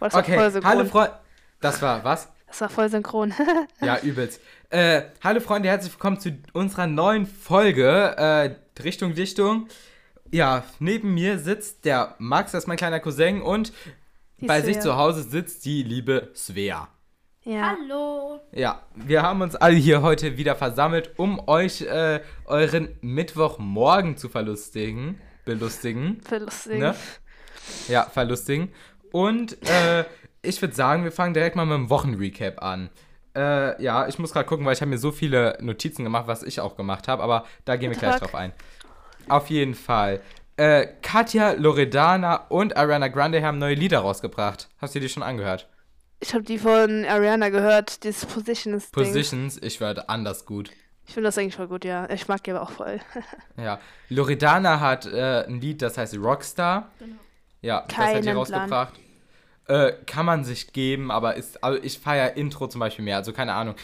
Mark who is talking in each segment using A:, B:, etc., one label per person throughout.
A: Boah, das war voll
B: Okay,
A: synchron.
B: hallo Freunde. Das war was?
A: Das war voll synchron.
B: Ja, übelst. Äh, hallo Freunde, herzlich willkommen zu unserer neuen Folge äh, Richtung Dichtung. Ja, neben mir sitzt der Max, das ist mein kleiner Cousin, und
A: Die
B: bei sich
A: Svea.
B: zu Hause sitzt die liebe Svea.
A: Ja.
C: Hallo.
B: Ja, wir haben uns alle hier heute wieder versammelt, um euch äh, euren Mittwochmorgen zu verlustigen. Belustigen.
A: Voll lustig.
B: Ne? Ja, verlustigen. Und äh, ich würde sagen, wir fangen direkt mal mit dem Wochenrecap an. Äh, ja, ich muss gerade gucken, weil ich habe mir so viele Notizen gemacht, was ich auch gemacht habe, aber da gehen wir
A: Guten
B: gleich
A: Tag.
B: drauf ein. Auf jeden Fall. Äh, Katja, Loredana und Ariana Grande haben neue Lieder rausgebracht. Hast du die schon angehört?
A: Ich habe die von Ariana gehört, dieses Positions Ding.
B: Positions, ich werde anders gut.
A: Ich finde das eigentlich voll gut, ja. Ich mag die aber auch voll.
B: Ja, Loredana hat äh, ein Lied, das heißt Rockstar. Genau. Ja, das hat die
A: Keinen
B: rausgebracht. Äh, kann man sich geben, aber ist, also ich feiere Intro zum Beispiel mehr, also keine Ahnung.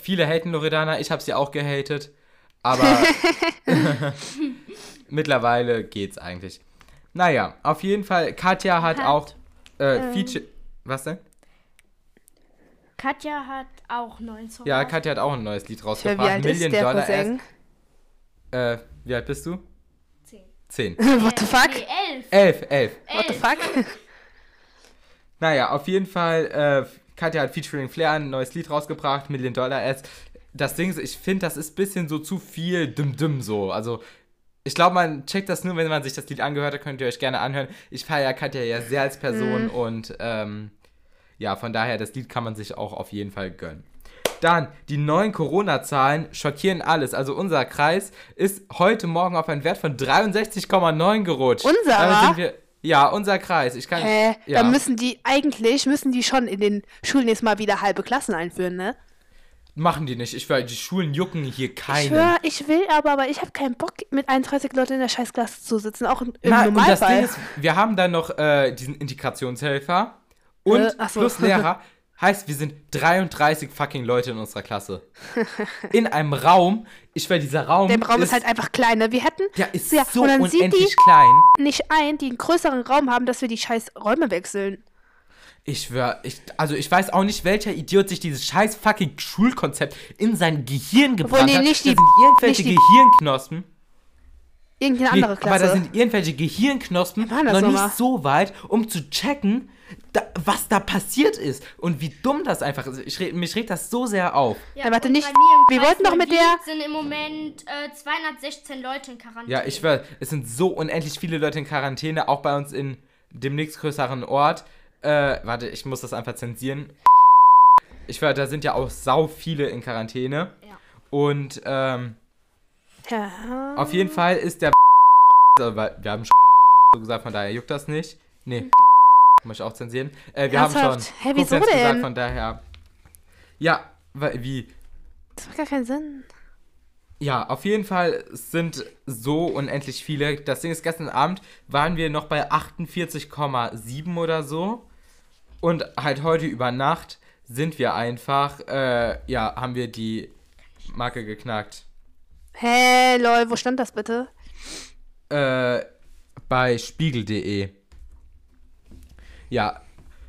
B: Viele haten Loredana, ich habe sie auch gehatet, aber mittlerweile geht's eigentlich. Naja, auf jeden Fall, Katja hat
C: Hat,
B: auch äh,
A: ähm,
B: Feature... Was denn?
C: Katja hat auch neuen Song.
B: Ja, Katja hat auch ein neues Lied
A: Ich wär,
B: rausgebracht.
A: wie alt ist der Cousin?
B: Ass. Äh, wie alt bist du?
C: Zehn.
B: Zehn.
A: What the fuck?
C: Nee, elf.
B: elf, elf.
A: What the
C: elf.
A: fuck?
B: Naja, auf jeden Fall, äh, Katja hat featuring Flair ein neues Lied rausgebracht, Million Dollar Ads. Das Ding ist, ich finde, das ist ein bisschen so zu viel düm-düm so. Also, ich glaube, man checkt das nur, wenn man sich das Lied angehört hat, könnt ihr euch gerne anhören. Ich feiere Katja ja sehr als
A: Mhm.
B: Person und ähm, ja, von daher, das Lied kann man sich auch auf jeden Fall gönnen. Dann, die neuen Corona-Zahlen schockieren alles. Also unser Kreis ist heute Morgen auf einen Wert von 63,9 gerutscht.
A: Unserer?
B: Damit sind wir, ja, unser Kreis. Ich kann,
A: Hä?
B: ja.
A: Dann müssen die, eigentlich müssen die schon in den Schulen jetzt mal wieder halbe Klassen einführen, ne?
B: Machen die nicht. Ich weil die Schulen jucken hier
A: Ich
B: keine.
A: höre, ich will aber, aber ich habe keinen Bock, mit 31 Leuten in der Scheißklasse zu sitzen, auch im, im
B: Na, und das Ding
A: Normalfall.
B: ist, wir haben dann noch äh, diesen Integrationshelfer und
A: Äh, ach so.
B: plus Lehrer. Heißt, wir sind 33 fucking Leute in unserer Klasse. In einem Raum. Ich weil dieser Raum.
A: Der Raum ist, halt einfach klein, ne? Wir hätten
B: Ja, ist
A: Ja,
B: so
A: und dann sieht die-
B: unendlich klein.
A: nicht ein, die einen größeren Raum haben, dass wir die scheiß Räume wechseln.
B: Ich schwör, ich, also ich weiß auch nicht, welcher Idiot sich dieses scheiß fucking Schulkonzept in sein Gehirn gebrannt
A: nee,
B: hat.
A: nicht
B: da
A: die-
B: sind irgendwelche
A: nicht die-
B: Gehirnknospen.
A: Irgendeine
B: Nee,
A: andere
B: Aber da
A: Klasse.
B: sind irgendwelche Gehirnknospen
A: Wir machen das
B: noch
A: noch
B: nicht
A: mal.
B: so weit, um zu checken, da, was da passiert ist und wie dumm das einfach ist. Ich, re- mich regt das so sehr auf.
C: Ja,
A: Nein, warte,
C: und
A: nicht-
C: bei mir im
A: wir
C: Kreis
A: wollten doch mit
C: Neuwied
A: der-
C: sind im Moment äh, 216 Leute in Quarantäne.
B: Ja, ich schwör, es sind so unendlich viele Leute in Quarantäne, auch bei uns in dem nächstgrößeren Ort. Äh, warte, ich muss das einfach zensieren. Ich schwör, da sind ja auch sau viele in Quarantäne.
C: Ja.
B: Und ähm,
A: ja.
B: auf jeden Fall ist der. Also, weil Wir haben so gesagt, von daher juckt das nicht. Nee. Muss ich auch zensieren. Äh, wir haben
A: Ernsthaft?
B: schon.
A: Hä, wieso
B: Koblenz gesagt,
A: denn?
B: von daher. Ja, weil, wie?
A: Das macht gar keinen Sinn.
B: Ja, auf jeden Fall es sind so unendlich viele. Das Ding ist, gestern Abend waren wir noch bei 48,7 oder so. Und halt heute über Nacht sind wir einfach, äh, ja, haben wir die Marke geknackt.
A: Hä, hey, lol, wo stand das bitte?
B: äh, bei spiegel.de. Ja.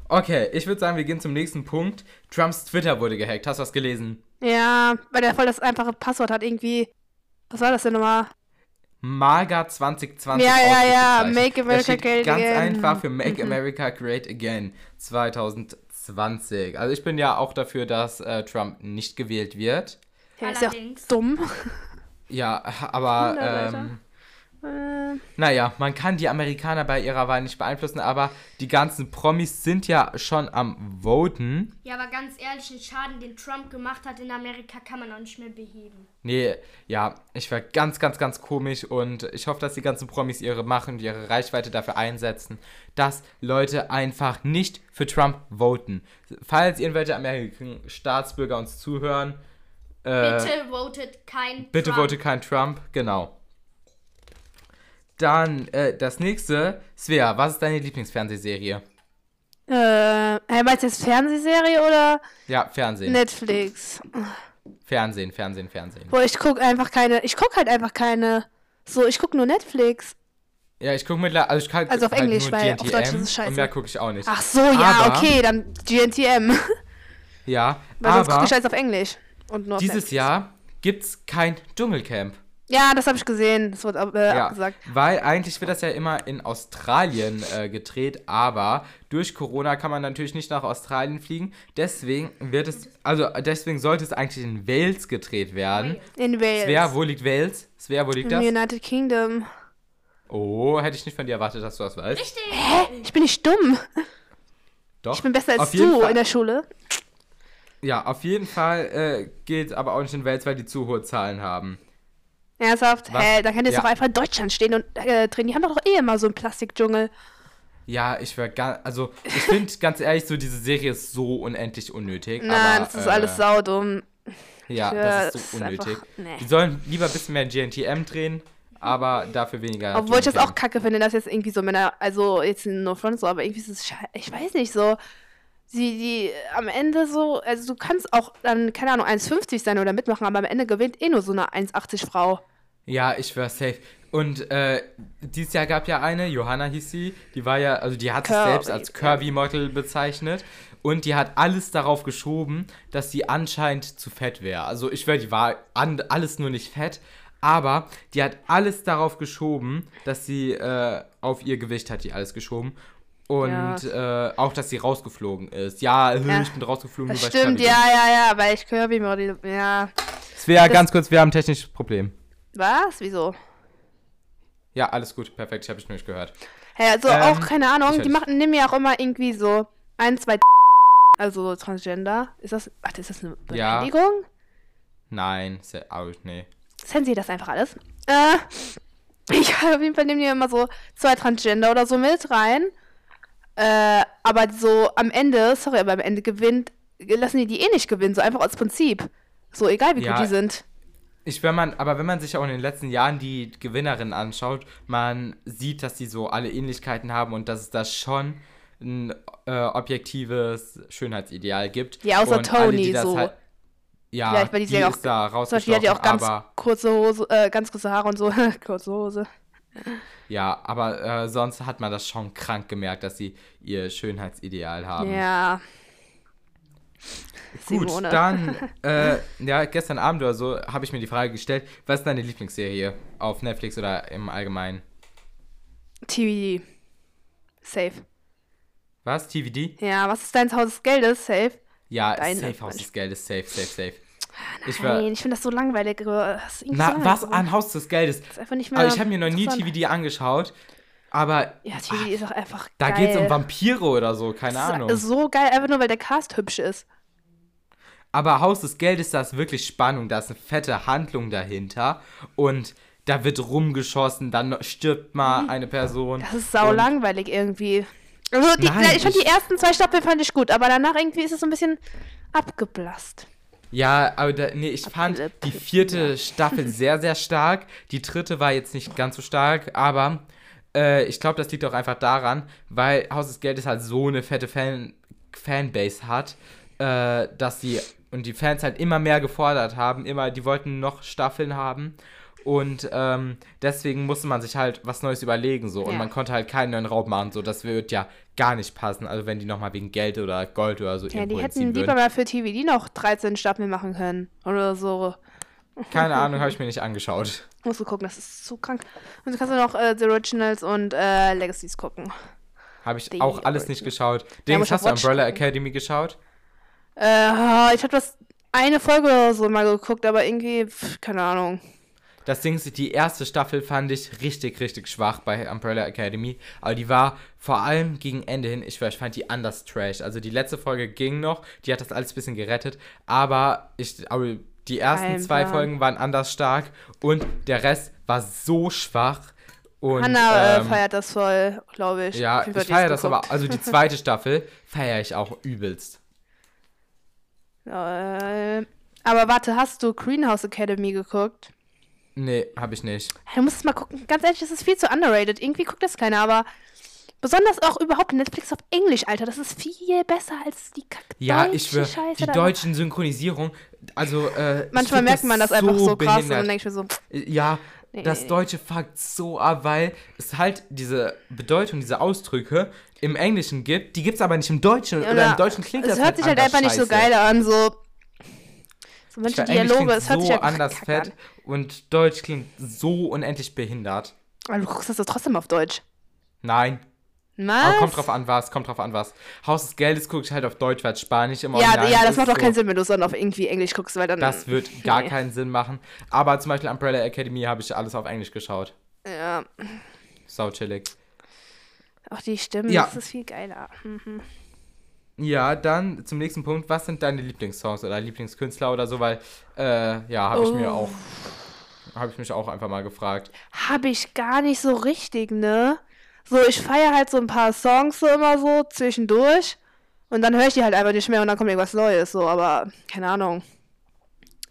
B: Okay, ich würde sagen, wir gehen zum nächsten Punkt. Trumps Twitter wurde gehackt. Hast du was gelesen?
A: Ja, weil der voll das einfache Passwort hat irgendwie. Was war das denn nochmal?
B: MAGA 2020.
A: Ja, ja, ja,
B: Ausrufezeichen.
A: Make
B: Das
A: America
B: steht
A: Great
B: ganz
A: Again. Mhm.
B: einfach für Make America Great Again 2020. Also ich bin ja auch dafür, dass äh, Trump nicht gewählt wird.
A: Ja, ist ja
C: Allerdings.
A: auch dumm.
B: Ja, aber
A: Wunderleiter.
B: ähm,
A: Äh,
B: Naja, man kann die Amerikaner bei ihrer Wahl nicht beeinflussen, aber die ganzen Promis sind ja schon am Voten.
C: Ja, aber ganz ehrlich, den Schaden, den Trump gemacht hat in Amerika, kann man auch nicht mehr beheben.
B: Nee, ja, ich war ganz, ganz, ganz komisch und ich hoffe, dass die ganzen Promis ihre Macht und ihre Reichweite dafür einsetzen, dass Leute einfach nicht für Trump voten. Falls irgendwelche amerikanischen Staatsbürger uns zuhören, äh,
C: Bitte votet kein
B: Bitte
C: Trump.
B: vote kein Trump, genau. Dann äh, das nächste. Svea, was ist deine Lieblingsfernsehserie?
A: äh, hey, meinst du jetzt Fernsehserie oder
B: Ja, Fernsehen.
A: Ne- Netflix?
B: Fernsehen, Fernsehen, Fernsehen.
A: Boah, ich guck einfach keine. Ich guck halt einfach keine. So, ich guck nur Netflix.
B: Ja, ich gucke mittlerweile, also ich kann
A: Also auf
B: halt
A: Englisch,
B: nur
A: weil auf
B: GNTM
A: Deutsch ist es scheiße.
B: Und mehr gucke ich auch nicht.
A: Ach so, ja,
B: Aber-
A: okay, dann GNTM.
B: ja,
A: Weil sonst gucke
B: aber
A: ich halt alles auf Englisch. Und nur auf
B: dieses
A: Netflix.
B: Jahr gibt's kein Dschungelcamp.
A: Ja, das habe ich gesehen. Das wurde äh,
B: Ja,
A: abgesagt.
B: weil eigentlich wird das ja immer in Australien äh, gedreht, aber durch Corona kann man natürlich nicht nach Australien fliegen. Deswegen wird es, also deswegen sollte es eigentlich in Wales gedreht werden.
A: In Wales.
B: Svea, wo liegt Wales? Svea, wo liegt
A: Im
B: das?
A: United Kingdom.
B: Oh, hätte ich nicht von dir erwartet, dass du das weißt.
C: Richtig.
A: Ich bin nicht dumm.
B: Doch.
A: Ich bin besser als
B: Auf jeden
A: du
B: Fall-
A: in der Schule.
B: Ja, auf jeden Fall äh, gilt aber auch nicht in Wales, weil die zu hohe Zahlen haben.
A: Ernsthaft?
B: Was?
A: Hä, da kann jetzt
B: Ja.
A: doch einfach in Deutschland stehen und äh, drehen. Die haben doch eh immer so einen Plastikdschungel.
B: Ja, ich wäre gar, also ich finde ganz ehrlich, so diese Serie ist so unendlich unnötig.
A: Nein,
B: aber,
A: das ist
B: äh,
A: alles saudumm.
B: Ja,
A: für-
B: das ist
A: das
B: so
A: ist einfach-
B: unnötig.
A: nee.
B: Die sollen lieber ein bisschen mehr GNTM drehen, aber dafür weniger.
A: Obwohl ich das
B: GNTM.
A: auch kacke finde, dass jetzt irgendwie so Männer, also jetzt nur Front so, aber irgendwie ist es, sche- ich weiß nicht, so, sie, die äh, am Ende so, also du kannst auch dann, keine Ahnung, 1,50 sein oder mitmachen, aber am Ende gewinnt eh nur so eine 1,80 Frau.
B: Ja, ich wäre safe. Und äh, dieses Jahr gab ja eine, Johanna hieß sie, die war ja, also die hat sich
A: Curvy,
B: selbst als Curvy-Model bezeichnet. Und die hat alles darauf geschoben, dass sie anscheinend zu fett wäre. Also ich wäre, die war an, alles nur nicht fett, aber die hat alles darauf geschoben, dass sie äh, auf ihr Gewicht hat die alles geschoben. Und äh, auch, dass sie rausgeflogen ist. Ja, ich bin rausgeflogen,
A: Das
B: nur weil ich
A: stimmt,
B: curvy bin.
A: ja, ja, ja, weil ich Kirby Model, ja.
B: Svea, ganz kurz, wir haben ein technisches Problem.
A: Was? Wieso?
B: Ja, alles gut, perfekt, ich habe es nicht gehört.
A: Hä, also
B: Ähm,
A: auch, keine
B: ich
A: Ahnung,
B: weiß
A: die
B: nicht.
A: machen, nehmen ja auch immer irgendwie so ein, zwei, also so Transgender. Ist das, ach, ist das eine
B: Ja.
A: Beleidigung?
B: Nein, sehr out, nee.
A: zensiert das einfach alles. Äh, ich auf jeden Fall nehme mir immer so zwei Transgender oder so mit rein. Äh, aber so am Ende, sorry, aber am Ende gewinnt, lassen die die eh nicht gewinnen, so einfach aus Prinzip. So egal wie
B: Ja.
A: gut die sind.
B: Ich, wenn man, aber wenn man sich auch in den letzten Jahren die Gewinnerinnen anschaut, man sieht, dass die so alle Ähnlichkeiten haben und dass es da schon ein äh, objektives Schönheitsideal gibt.
A: Ja, außer
B: und alle, die
A: Toni,
B: das
A: so.
B: Halt, ja,
A: Vielleicht, weil
B: die,
A: die ja auch-
B: ist da
A: Zum Beispiel
B: rausgestochen,
A: hat die auch ganz
B: aber,
A: kurze Hose, äh, ganz kurze Haare und so. kurze Hose.
B: ja, aber äh, sonst hat man das schon krank gemerkt, dass sie ihr Schönheitsideal haben.
A: Ja.
B: Gut,
A: Simone.
B: dann, äh, ja, gestern Abend oder so habe ich mir die Frage gestellt, was ist deine Lieblingsserie auf Netflix oder im Allgemeinen?
A: TVD. Safe.
B: Was? TVD?
A: Ja, was ist dein Haus des Geldes? Safe.
B: Ja,
A: Deine-
B: Safe House des Geldes, safe, safe, safe. ich
A: Ah, Nein,
B: war,
A: ich finde das so langweilig. Das ist irgendwie so
B: na, was
A: langweilig.
B: an Haus des Geldes?
A: Das ist einfach nicht mehr
B: Aber ich habe mir noch nie
A: interessant.
B: TVD angeschaut, aber
A: Ja, TV ist auch einfach
B: da
A: geil. also
B: geht es um Vampire oder so, keine Ahnung.
A: Das ist so geil, einfach nur weil der Cast hübsch ist.
B: Aber Haus des Geldes, da ist wirklich Spannung, da ist eine fette Handlung dahinter und da wird rumgeschossen, dann stirbt mal eine Person.
A: Hm. Das ist sau
B: und-
A: langweilig irgendwie. Also die,
B: Nein,
A: ich fand die
B: ich-
A: ersten zwei Staffeln fand ich gut, aber danach irgendwie ist es so ein bisschen abgeblasst.
B: Ja, aber da, nee, ich fand
A: Philipp.
B: die vierte Staffel sehr, sehr stark. Die dritte war jetzt nicht ganz so stark, aber äh, ich glaube, das liegt auch einfach daran, weil Haus des Geldes halt so eine fette Fan Fanbase hat, äh, dass sie und die Fans halt immer mehr gefordert haben, immer, die wollten noch Staffeln haben. Und ähm, deswegen musste man sich halt was Neues überlegen so. Und
A: Ja.
B: man konnte halt keinen neuen Raub machen. So, das wird ja gar nicht passen. Also wenn die nochmal wegen Geld oder Gold oder so
A: Ja, die
B: irgendwo
A: hätten
B: hinziehen würden.
A: lieber mal für TVD noch 13 Staffeln machen können. Oder so.
B: Keine Ahnung, habe ich mir nicht angeschaut.
A: Musst du gucken, das ist so krank. Und du kannst du noch äh, The Originals und äh, Legacies gucken.
B: Habe ich
A: Die
B: auch alles nicht geschaut. Dings,
A: muss
B: hast du
A: auf Watch
B: Umbrella
A: gucken.
B: Academy geschaut?
A: Äh, ich habe das eine Folge oder so mal geguckt, aber irgendwie, pf, keine Ahnung.
B: Das Ding ist, die erste Staffel fand ich richtig, richtig schwach bei Umbrella Academy. Aber die war vor allem gegen Ende hin, ich, weiß, ich fand die anders trash. Also die letzte Folge ging noch, die hat das alles ein bisschen gerettet. Aber, ich, aber die ersten
A: Kein
B: zwei
A: Plan.
B: Folgen waren anders stark und der Rest war so schwach. Und,
A: Hannah
B: ähm,
A: äh, feiert das voll, glaube ich.
B: Ja,
A: Auf jeden Fall hat die
B: ich
A: es
B: feiere das
A: geguckt.
B: aber, also die zweite Staffel feiere ich auch übelst. also
A: Äh, aber warte, hast du Greenhouse Academy geguckt?
B: Nee, habe ich nicht.
A: Du musst es mal gucken. Ganz ehrlich, das ist viel zu underrated. Irgendwie guckt das keiner, aber besonders auch überhaupt Netflix auf Englisch, Alter. Das ist viel besser als die kack
B: Ja,
A: deutsche
B: ich schwör,
A: Scheiße.
B: die
A: da.
B: deutschen Synchronisierung, also äh, ich
A: Manchmal
B: find
A: merkt man das einfach so krass und dann
B: behindert.
A: denke ich mir so, pff,
B: Ja,
A: Nee,
B: Das
A: nee,
B: Deutsche fuckt so ab, weil es halt diese Bedeutung, diese Ausdrücke im Englischen gibt. Die gibt es aber nicht im Deutschen.
A: nee.
B: Oder, im Deutschen klingt
A: es
B: das
A: hört sich halt einfach nicht so
B: scheiße.
A: geil an, so. So manche
B: Weil Englisch
A: Dialoge,
B: klingt
A: es hört
B: so
A: sich halt
B: anders
A: kacke
B: fett und Deutsch klingt so unendlich behindert.
A: An. Aber du guckst das doch trotzdem auf Deutsch.
B: Nein.
A: Was?
B: Aber kommt drauf an, was, kommt drauf an, was. Haus des Geldes gucke ich halt auf Deutsch, weil Spanisch immer
A: ja, ja, das macht doch
B: so,
A: keinen Sinn, wenn du es dann auf irgendwie Englisch guckst, weil dann.
B: Das wird gar
A: Äh, Nee.
B: keinen Sinn machen. Aber zum Beispiel Umbrella Academy habe ich alles auf Englisch geschaut.
A: Ja,
B: Sau chillig.
A: auch die Stimmen,
B: Ja.
A: das ist viel geiler. Mhm.
B: Ja, dann zum nächsten Punkt. Was sind deine Lieblingssongs oder Lieblingskünstler oder so? Weil, äh, ja, habe ich mir
A: Oh.
B: auch, habe ich mich auch einfach mal gefragt.
A: Hab ich gar nicht so richtig, ne? So, ich feiere halt so ein paar Songs so immer so zwischendurch. Und dann höre ich die halt einfach nicht mehr und dann kommt irgendwas Neues, so, aber keine Ahnung.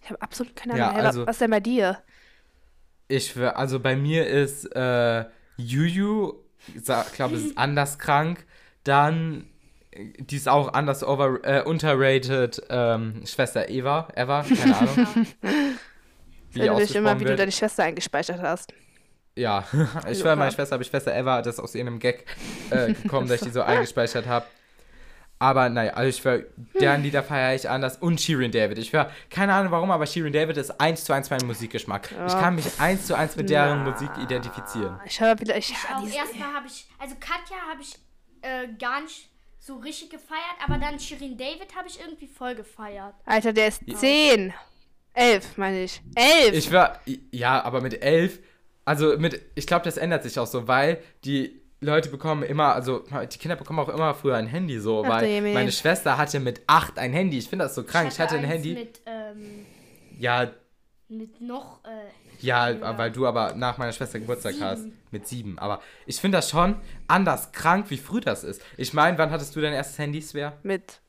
A: Ich habe absolut keine
B: Ja,
A: Ahnung. Hey, wa-
B: also-
A: was denn bei dir?
B: Ich, wär- also bei mir ist äh, Juju, ich sa- glaube, es ist anders krank. Dann, äh, die ist auch anders over, äh, unterrated, ähm, Schwester Eva, Eva, keine Ahnung. wie die
A: Erinnere dich immer,
B: ausgesprochen
A: wie du
B: wird.
A: deine Schwester eingespeichert hast.
B: Ja, ich
A: Locker.
B: höre meine Schwester, aber ich Schwester Eva, das ist aus irgendeinem Gag äh, gekommen, dass ich die so eingespeichert habe. Aber naja, also ich höre, deren Lieder feiere ich anders und Shirin David. Ich höre, keine Ahnung warum, aber Shirin David ist eins zu eins mein Musikgeschmack. Ich kann mich eins zu eins mit deren Musik identifizieren.
A: Ich höre wieder. Ich, ja,
C: Auch
A: die ist-
C: erstmal habe ich, also Katja habe ich äh, gar nicht so richtig gefeiert, aber dann Shirin David habe ich irgendwie voll gefeiert.
A: Alter, der ist 10. 11, meine ich. 11!
B: Ich war, ja, aber mit elf, also mit, ich glaube, das ändert sich auch so, weil die Leute bekommen immer, also die Kinder bekommen auch immer früher ein Handy so,
A: Ach du
B: weil
A: Jemine.
B: meine Schwester hatte mit acht ein Handy. Ich finde das so krank. Ich hatte, ein
C: eins
B: Handy.
C: Mit, ähm,
B: Ja,
C: mit noch, äh,
B: Ja,
C: Ja.
B: weil du aber nach meiner Schwester Geburtstag
C: sieben.
B: hast. Mit sieben. Aber ich finde das schon anders krank, wie früh das ist. Ich meine, wann hattest du dein erstes Handy, Svea?
A: Mit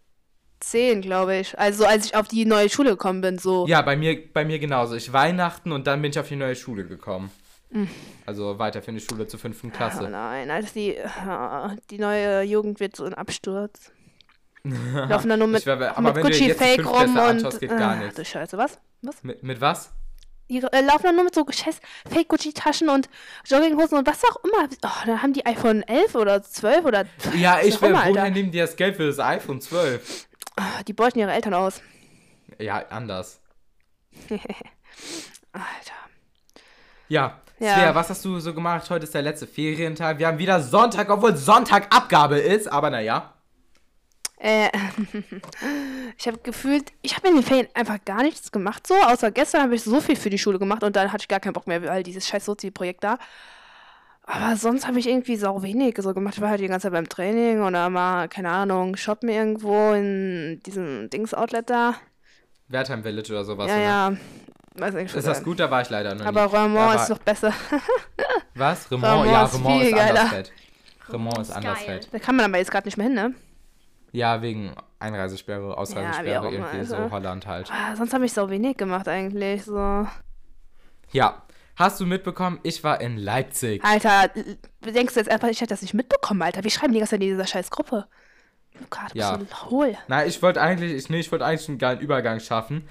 A: 10, glaube ich. Also, als ich auf die neue Schule gekommen bin, so.
B: Ja, bei mir, bei mir genauso. Ich Weihnachten und dann bin ich auf die neue Schule gekommen.
A: Mm.
B: Also weiter für eine Schule zur fünften
A: Oh
B: Klasse.
A: nein, also die, ah, die neue Jugend wird so ein Absturz. Laufen da nur mit,
B: Ich wär- aber
A: mit
B: wenn du
A: Gucci
B: jetzt die
A: Fake
B: fünfte
A: rum
B: Klasse
A: und.
B: anschaust, geht gar
A: ah,
B: nichts.
A: Du Scheiße, was? Was?
B: Mit, mit was?
A: Die äh, laufen da nur mit so scheiß Fake Gucci Taschen und Jogginghosen und was auch immer. Oh, dann haben die iPhone 11 oder 12 oder.
B: Ja,
A: was
B: ich
A: auch
B: will,
A: immer,
B: woher
A: Alter.
B: nehmen die das Geld für das iPhone 12?
A: Ah, Die beuten ihre Eltern aus.
B: Ja, anders.
A: Alter.
B: Ja.
A: Ja.
B: Svea, was hast du so gemacht? Heute ist der letzte Ferientag. Wir haben wieder Sonntag, obwohl Sonntag Abgabe ist. Aber naja.
A: Äh, ich habe gefühlt, ich habe in den Ferien einfach gar nichts gemacht so, außer gestern habe ich so viel für die Schule gemacht und dann hatte ich gar keinen Bock mehr, weil dieses scheiß Sozi-Projekt da. Aber sonst habe ich irgendwie sau wenig so gemacht. Ich war halt die ganze Zeit beim Training oder mal, keine Ahnung, shoppen irgendwo in diesem Dings-Outlet da.
B: Wertheim Village oder sowas.
A: ja,
B: oder?
A: ja. Weiß nicht,
B: Ist das
A: äh,
B: gut? Da war ich leider noch
A: Aber
B: nie.
A: Roman
B: Da war-
A: ist noch besser.
B: Was? Remont?
A: Remont
B: ja,
A: ist
B: Remont ist
A: viel
B: anders
A: geiler.
B: fett. Remont ist anders
C: geil.
B: fett.
A: da kann man aber jetzt gerade nicht mehr hin, ne?
B: Ja, wegen Einreisesperre, Ausreisesperre,
A: Ja, wie auch immer,
B: irgendwie so
A: also.
B: Holland halt.
A: Ah, sonst habe ich sau wenig gemacht eigentlich so.
B: Ja. Hast du mitbekommen, ich war in Leipzig.
A: Alter, denkst du jetzt einfach, ich hätte das nicht mitbekommen, Alter. Wir schreiben die ganze Zeit in dieser scheiß Gruppe. Luca, du bist
B: Ja.
A: so hohl.
B: Nein, ich wollte eigentlich, ich, nee, ich wollte eigentlich einen geilen Übergang schaffen.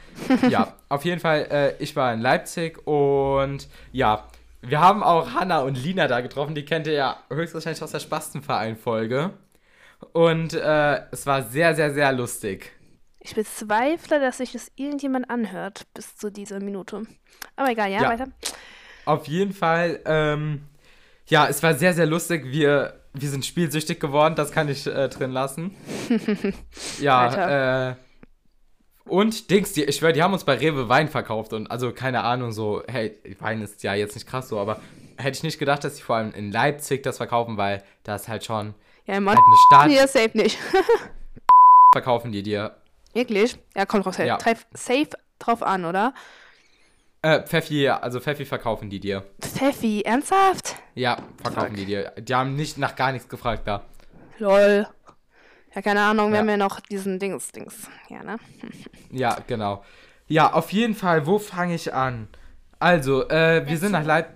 B: ja, auf jeden Fall, äh, ich war in Leipzig und ja, wir haben auch Hanna und Lina da getroffen. Die kennt ihr ja höchstwahrscheinlich aus der Spastenverein-Folge. Und äh, es war sehr, sehr, sehr lustig.
A: Ich bezweifle, dass sich das irgendjemand anhört bis zu dieser Minute. Aber egal, ja,
B: Ja.
A: weiter.
B: Auf jeden Fall, ähm, ja, es war sehr, sehr lustig. Wir, wir sind spielsüchtig geworden, das kann ich äh, drin lassen. ja, äh, und Dings, die, ich schwöre, die haben uns bei Rewe Wein verkauft und also keine Ahnung, so, hey, Wein ist ja jetzt nicht krass so, aber hätte ich nicht gedacht, dass sie vor allem in Leipzig das verkaufen, weil da ist halt schon
A: Ja, Mann,
B: halt eine Stadt,
A: nee, das safe nicht.
B: verkaufen die dir.
A: Wirklich? Ja, kommt drauf,
B: Ja.
A: ja. safe drauf an, oder?
B: Äh, Pfeffi, also Pfeffi verkaufen die dir.
A: Pfeffi, ernsthaft?
B: Ja, verkaufen die dir. Die haben nicht nach gar nichts gefragt da.
A: Lol. Ja, keine Ahnung, wir
B: Ja.
A: haben ja noch diesen Dings, Dings. Ja, ne?
B: Ja, genau. Ja, auf jeden Fall, wo fange ich an? Also, äh, wir sind nach Leipzig.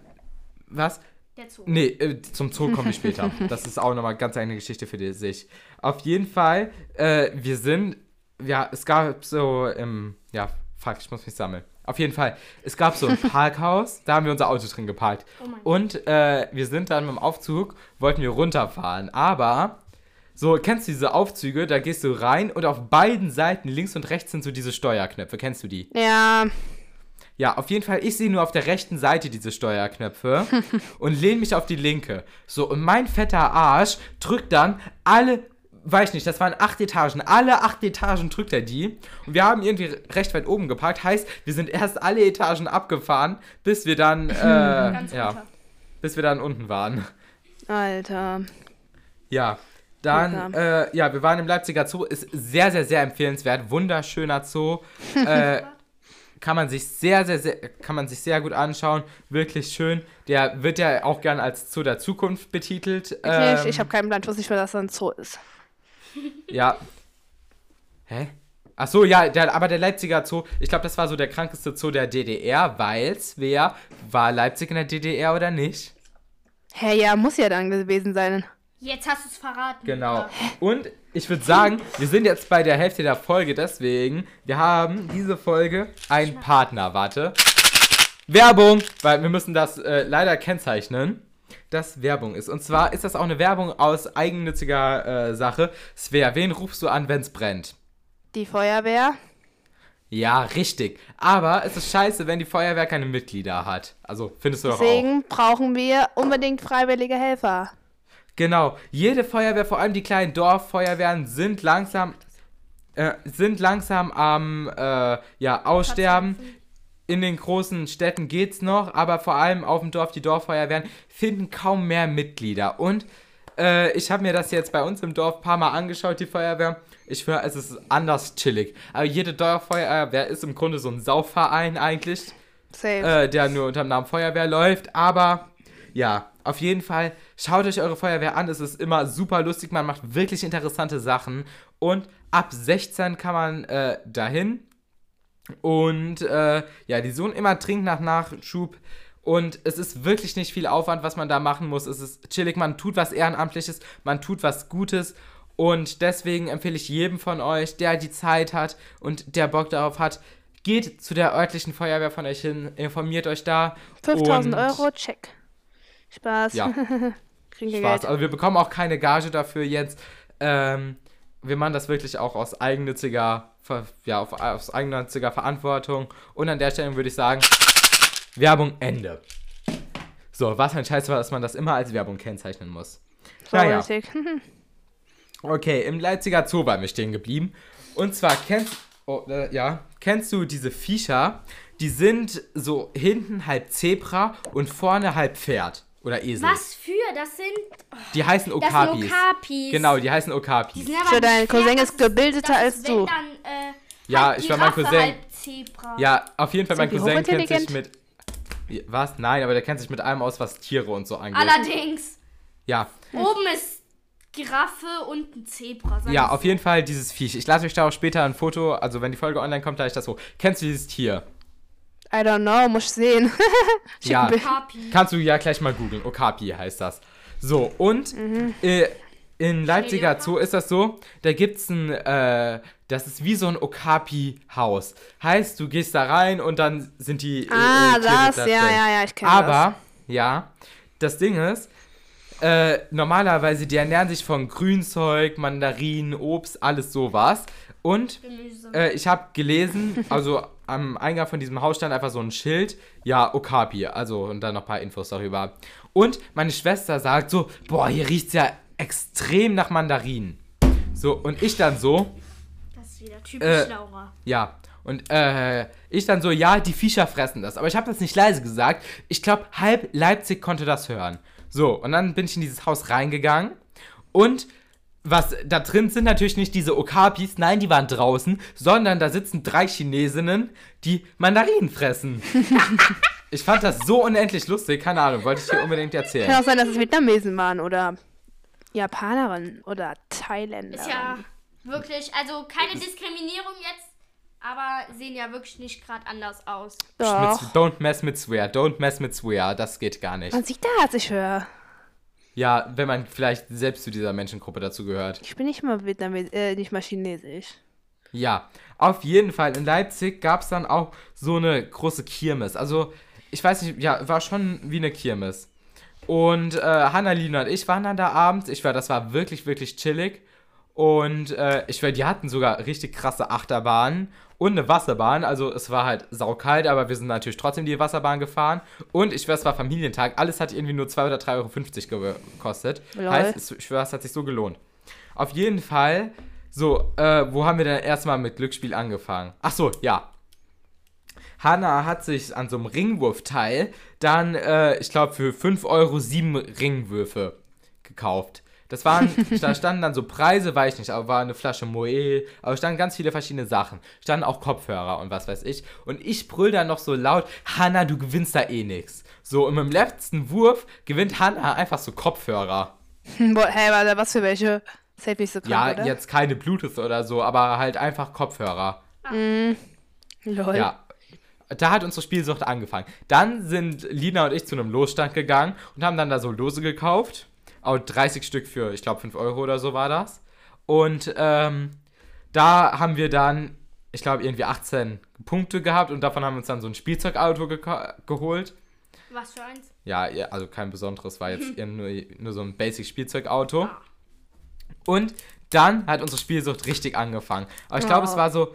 B: Was?
C: der Zoo.
B: Nee, äh, zum Zoo komme ich später. Das ist auch nochmal ganz eigene Geschichte für die- sich. Auf jeden Fall, äh, wir sind. Ja, es gab so im. Ja, ähm, fuck, ich muss mich sammeln. Auf jeden Fall. Es gab so ein Parkhaus, da haben wir unser Auto drin geparkt.
C: Oh mein
B: und äh, wir sind dann mit dem Aufzug, wollten wir runterfahren. Aber, so, kennst du diese Aufzüge? Da gehst du rein und auf beiden Seiten, links und rechts, sind so diese Steuerknöpfe. Kennst du die?
A: Ja,
B: Ja, auf jeden Fall, ich sehe nur auf der rechten Seite diese Steuerknöpfe und lehne mich auf die linke. So, und mein fetter Arsch drückt dann alle, weiß nicht, das waren acht Etagen, alle acht Etagen drückt er die. Und wir haben irgendwie recht weit oben geparkt, heißt, wir sind erst alle Etagen abgefahren, bis wir dann,
C: Ganz
B: äh, ja,
C: runter.
B: bis wir dann unten waren.
A: Alter.
B: Ja. Dann, äh, ja, wir waren im Leipziger Zoo, ist sehr, sehr, sehr empfehlenswert, wunderschöner Zoo. Äh, kann man sich sehr, sehr, sehr, kann man sich sehr gut anschauen, wirklich schön. Der wird ja auch gern als Zoo der Zukunft betitelt.
A: Okay, ich,
B: Ähm,
A: ich habe keinen Plan, ich wusste nicht, was das dann Zoo ist.
B: Ja. Hä? Ach so, ja, der, aber der Leipziger Zoo, ich glaube, das war so der krankeste Zoo der DDR, weil's wer war Leipzig in der DDR oder nicht?
A: Hä, ja, muss ja dann gewesen sein.
C: Jetzt hast du es verraten.
B: Genau.
C: Ja.
B: Und ich würde sagen, wir sind jetzt bei der Hälfte der Folge, deswegen, wir haben diese Folge einen Partner. Warte. Werbung! Weil wir müssen das äh, leider kennzeichnen, dass Werbung ist. Und zwar ist das auch eine Werbung aus eigennütziger äh, Sache. Svea, wen rufst du an, wenn's brennt?
A: Die Feuerwehr.
B: Ja, richtig. Aber es ist scheiße, wenn die Feuerwehr keine Mitglieder hat. Also, findest du doch auch.
A: Deswegen brauchen wir unbedingt freiwillige Helfer.
B: Genau. Jede Feuerwehr, vor allem die kleinen Dorffeuerwehren, sind langsam äh, sind langsam am äh, ja, Aussterben. In den großen Städten geht's noch, aber vor allem auf dem Dorf, die Dorffeuerwehren finden kaum mehr Mitglieder. Und äh, ich habe mir das jetzt bei uns im Dorf ein paar Mal angeschaut, die Feuerwehr. Ich höre, es ist anders chillig. Aber jede Dorffeuerwehr ist im Grunde so ein Saufverein eigentlich
A: Safe.
B: äh, der nur unter dem Namen Feuerwehr läuft. Aber ja, auf jeden Fall schaut euch eure Feuerwehr an. Es ist immer super lustig. Man macht wirklich interessante Sachen. Und ab 16 kann man äh, dahin. Und äh, ja, die suchen immer dringend nach Nachschub. Und es ist wirklich nicht viel Aufwand, was man da machen muss. Es ist chillig, man tut was Ehrenamtliches, man tut was Gutes. Und deswegen empfehle ich jedem von euch, der die Zeit hat und der Bock darauf hat, geht zu der örtlichen Feuerwehr von euch hin, informiert euch da.
A: 5000
B: und-
A: Euro, check. Spaß.
B: Ja,
A: Kriegen wir
B: Spaß.
A: Geld.
B: Also wir bekommen auch keine Gage dafür jetzt. Ähm, wir machen das wirklich auch aus eigennütziger, Ver- ja, auf, aus eigennütziger Verantwortung. Und an der Stelle würde ich sagen, Werbung Ende. So, was für ein Scheiß war, dass man das immer als Werbung kennzeichnen muss.
A: So
B: naja.
A: richtig.
B: Okay, im Leipziger Zoo waren wir stehen geblieben. Und zwar kennst, oh, äh, ja, kennst du diese Viecher? Die sind so hinten halb Zebra und vorne halb Pferd oder Esel.
C: Was für? Das sind
B: Die heißen
C: das sind
B: Okapis.
C: Okapis.
B: Genau, die heißen Okapis.
C: Die sind aber
A: Schau,
C: nicht
A: dein
C: fair,
A: Cousin
C: das
A: ist gebildeter
C: das
A: als
C: ist,
A: du.
C: Wenn, dann, äh,
B: Ja,
C: halb
B: ich war mein
C: Giraffe,
B: Cousin.
C: Halb Zebra.
B: Ja, auf jeden Fall, mein
A: Sind die
B: Cousin kennt sich mit.
A: hochintelligent?
B: Was? Nein, aber der kennt sich mit allem aus, was Tiere und so angeht.
C: Allerdings,
B: ja,
C: oben ist Giraffe und ein Zebra. sag
B: ja,
C: ich.
B: auf jeden Fall dieses Viech. Ich lasse euch da auch später ein Foto, also wenn die Folge online kommt, da ich das hoch. Kennst du dieses Tier?
A: I don't know, muss ich sehen.
B: Ja,
A: Bild.
C: Okapi.
B: kannst du ja gleich mal googeln. Okapi heißt das. So, und
A: Mhm.
B: äh, in Leipziger
C: Leopard?
B: Zoo ist das so, da gibt's ein, äh, das ist wie so ein Okapi-Haus. Heißt, du gehst da rein und dann sind die äh,
A: ah,
B: äh, Tiere
A: das,
B: da
A: ja,
B: drin.
A: ja, ja, ich kenne das.
B: Aber, ja, das Ding ist, äh, normalerweise, die ernähren sich von Grünzeug, Mandarinen, Obst, alles sowas. Und
C: Gemüse.
B: äh, ich habe gelesen, also am Eingang von diesem Haus stand einfach so ein Schild, ja, Okapi, also und dann noch ein paar Infos darüber. Und meine Schwester sagt so, boah, hier riecht's ja extrem nach Mandarinen. So, und ich dann so,
C: Das ist wieder
B: äh,
C: typisch Laura.
B: ja. Und äh, ich dann so, ja, die Viecher fressen das. Aber ich habe das nicht leise gesagt. Ich glaube, halb Leipzig konnte das hören. So, und dann bin ich in dieses Haus reingegangen. Und was da drin sind natürlich nicht diese Okapis, nein, die waren draußen, sondern da sitzen drei Chinesinnen, die Mandarinen fressen. ich fand das so unendlich lustig, keine Ahnung, wollte ich dir unbedingt erzählen.
A: Kann auch sein, dass es Vietnamesen waren oder Japanerin oder Thailänder.
C: Ist ja wirklich, also keine Diskriminierung jetzt, aber sehen ja wirklich nicht gerade anders aus.
B: Mit,
A: Doch.
B: don't mess with swear, don't mess with swear, das geht gar nicht.
A: Man sieht das, ich höre.
B: Ja, wenn man vielleicht selbst zu dieser Menschengruppe dazu gehört.
A: Ich bin nicht mal Vietnames, äh, nicht mal Chinesisch.
B: Ja, auf jeden Fall. In Leipzig gab es dann auch so eine große Kirmes. Also, ich weiß nicht, ja, war schon wie eine Kirmes. Und äh, Hannalina und ich waren dann da abends. Ich war, das war wirklich, wirklich chillig. Und äh, ich war, die hatten sogar richtig krasse Achterbahnen und eine Wasserbahn. Also es war halt saukalt, aber wir sind natürlich trotzdem die Wasserbahn gefahren. Und ich schwör, es war Familientag. Alles hat irgendwie nur 2 oder 3,50 Euro gekostet.
A: Lol.
B: Heißt, ich schwör, es hat sich so gelohnt. Auf jeden Fall, so, äh, wo haben wir denn erstmal mit Glücksspiel angefangen? Ach so, ja. Hanna hat sich an so einem Ringwurfteil dann, äh, ich glaube, für 5 Euro sieben Ringwürfe gekauft. Das waren, da standen dann so Preise, weiß ich nicht, aber war eine Flasche Moe, aber standen ganz viele verschiedene Sachen. Standen auch Kopfhörer und was weiß ich. Und ich brüll dann noch so laut, Hanna, du gewinnst da eh nix. So, und im letzten Wurf gewinnt Hanna einfach so Kopfhörer.
A: Hm, boah, hey, warte, was für welche? Das hält mich so krank,
B: Ja,
A: oder?
B: jetzt keine Bluetooth oder so, aber halt einfach Kopfhörer.
A: Lol.
B: Ja. Da hat unsere Spielsucht angefangen. Dann sind Lina und ich zu einem Losstand gegangen und haben dann da so Lose gekauft. Auch 30 Stück für, ich glaube, 5 Euro oder so war das. Und ähm, da haben wir dann, ich glaube, irgendwie 18 Punkte gehabt und davon haben wir uns dann so ein Spielzeugauto geko- geholt.
C: Was für eins?
B: Ja, ja, also kein besonderes, war jetzt eher nur, nur so ein Basic-Spielzeugauto. Und dann hat unsere Spielsucht richtig angefangen. Aber ich glaube,
A: Oh.
B: es war so,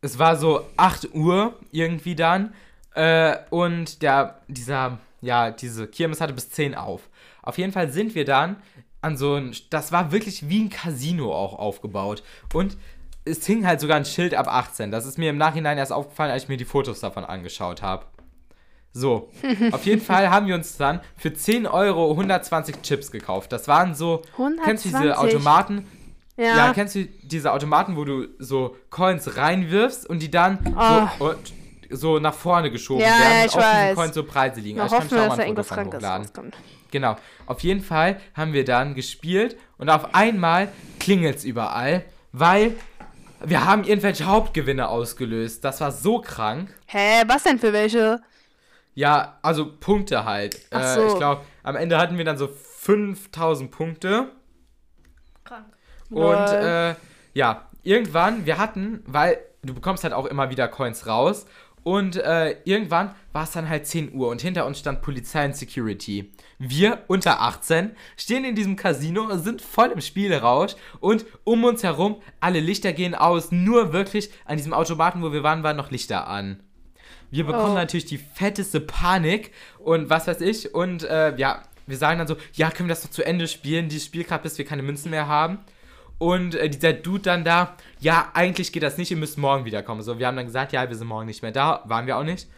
B: es war so 8 Uhr irgendwie dann. Äh, und der, dieser, ja, diese Kirmes hatte bis 10 auf. Auf jeden Fall sind wir dann an so ein, das war wirklich wie ein Casino auch aufgebaut. Und es hing halt sogar ein Schild ab 18. Das ist mir im Nachhinein erst aufgefallen, als ich mir die Fotos davon angeschaut habe. So, auf jeden Fall haben wir uns dann für 10 Euro 120 Chips gekauft. Das waren so, kennst du diese
A: 120?
B: Automaten?
A: Ja.
B: Ja. kennst du diese Automaten, wo du so Coins reinwirfst und die dann
A: Ah.
B: so, und so nach vorne geschoben
A: Ja,
B: werden
A: ja,
B: und
A: ich
B: auf diesen
A: weiß.
B: Coins so Preise liegen?
A: Na,
B: Also
A: hoffen
B: ich kann
A: wir,
B: schon
A: dass
B: mal
A: da
B: ein Foto
A: irgendwas
B: von
A: Krankes
B: hochladen.
A: rauskommt.
B: Genau. Auf jeden Fall haben wir dann gespielt und auf einmal klingelt's überall, weil wir haben irgendwelche Hauptgewinne ausgelöst. Das war so krank.
A: Hä, was denn für welche?
B: Ja, also Punkte halt.
A: Ach
B: äh,
A: so.
B: Ich glaube, am Ende hatten wir dann so 5000 Punkte.
C: Krank.
A: Lol.
B: Und äh, ja, irgendwann, wir hatten, weil du bekommst halt auch immer wieder Coins raus. Und äh, irgendwann war es dann halt 10 Uhr und hinter uns stand Polizei und Security. Wir unter 18 stehen in diesem Casino, sind voll im Spielrausch und um uns herum alle Lichter gehen aus. Nur wirklich an diesem Automaten, wo wir waren, waren noch Lichter an. Wir bekommen
A: Oh.
B: natürlich die fetteste Panik und was weiß ich. Und äh, ja, wir sagen dann so, ja, können wir das noch zu Ende spielen, dieses Spiel gerade, bis wir keine Münzen mehr haben. Und äh, dieser Dude dann da, ja, eigentlich geht das nicht, ihr müsst morgen wiederkommen. So, wir haben dann gesagt, ja, wir sind morgen nicht mehr da, waren wir auch nicht.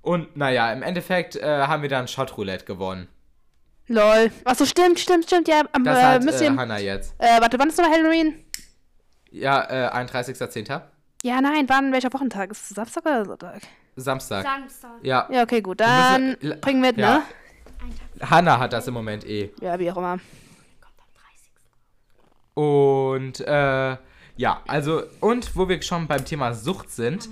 B: Und naja, im Endeffekt äh, haben wir dann Shot-Roulette gewonnen.
A: Lol. Achso, stimmt, stimmt, stimmt. Ja, am,
B: Das
A: äh,
B: hat
A: müsst
B: äh,
A: ihr.
B: Hannah jetzt.
A: Äh, warte, wann ist nochmal Halloween?
B: Ja, äh, 31.10.
A: Ja, nein, wann? Welcher Wochentag? Ist es Samstag oder Sonntag?
B: Samstag.
C: Samstag.
B: ja,
A: Ja, okay, gut. Dann
B: müssen- l-
A: bring mit,
B: ja.
A: ne?
C: Ein Tag
B: Hannah hat das im Moment eh.
A: Ja, wie auch immer.
C: kommt am 30.
B: Und äh, ja, also, und wo wir schon beim Thema Sucht sind,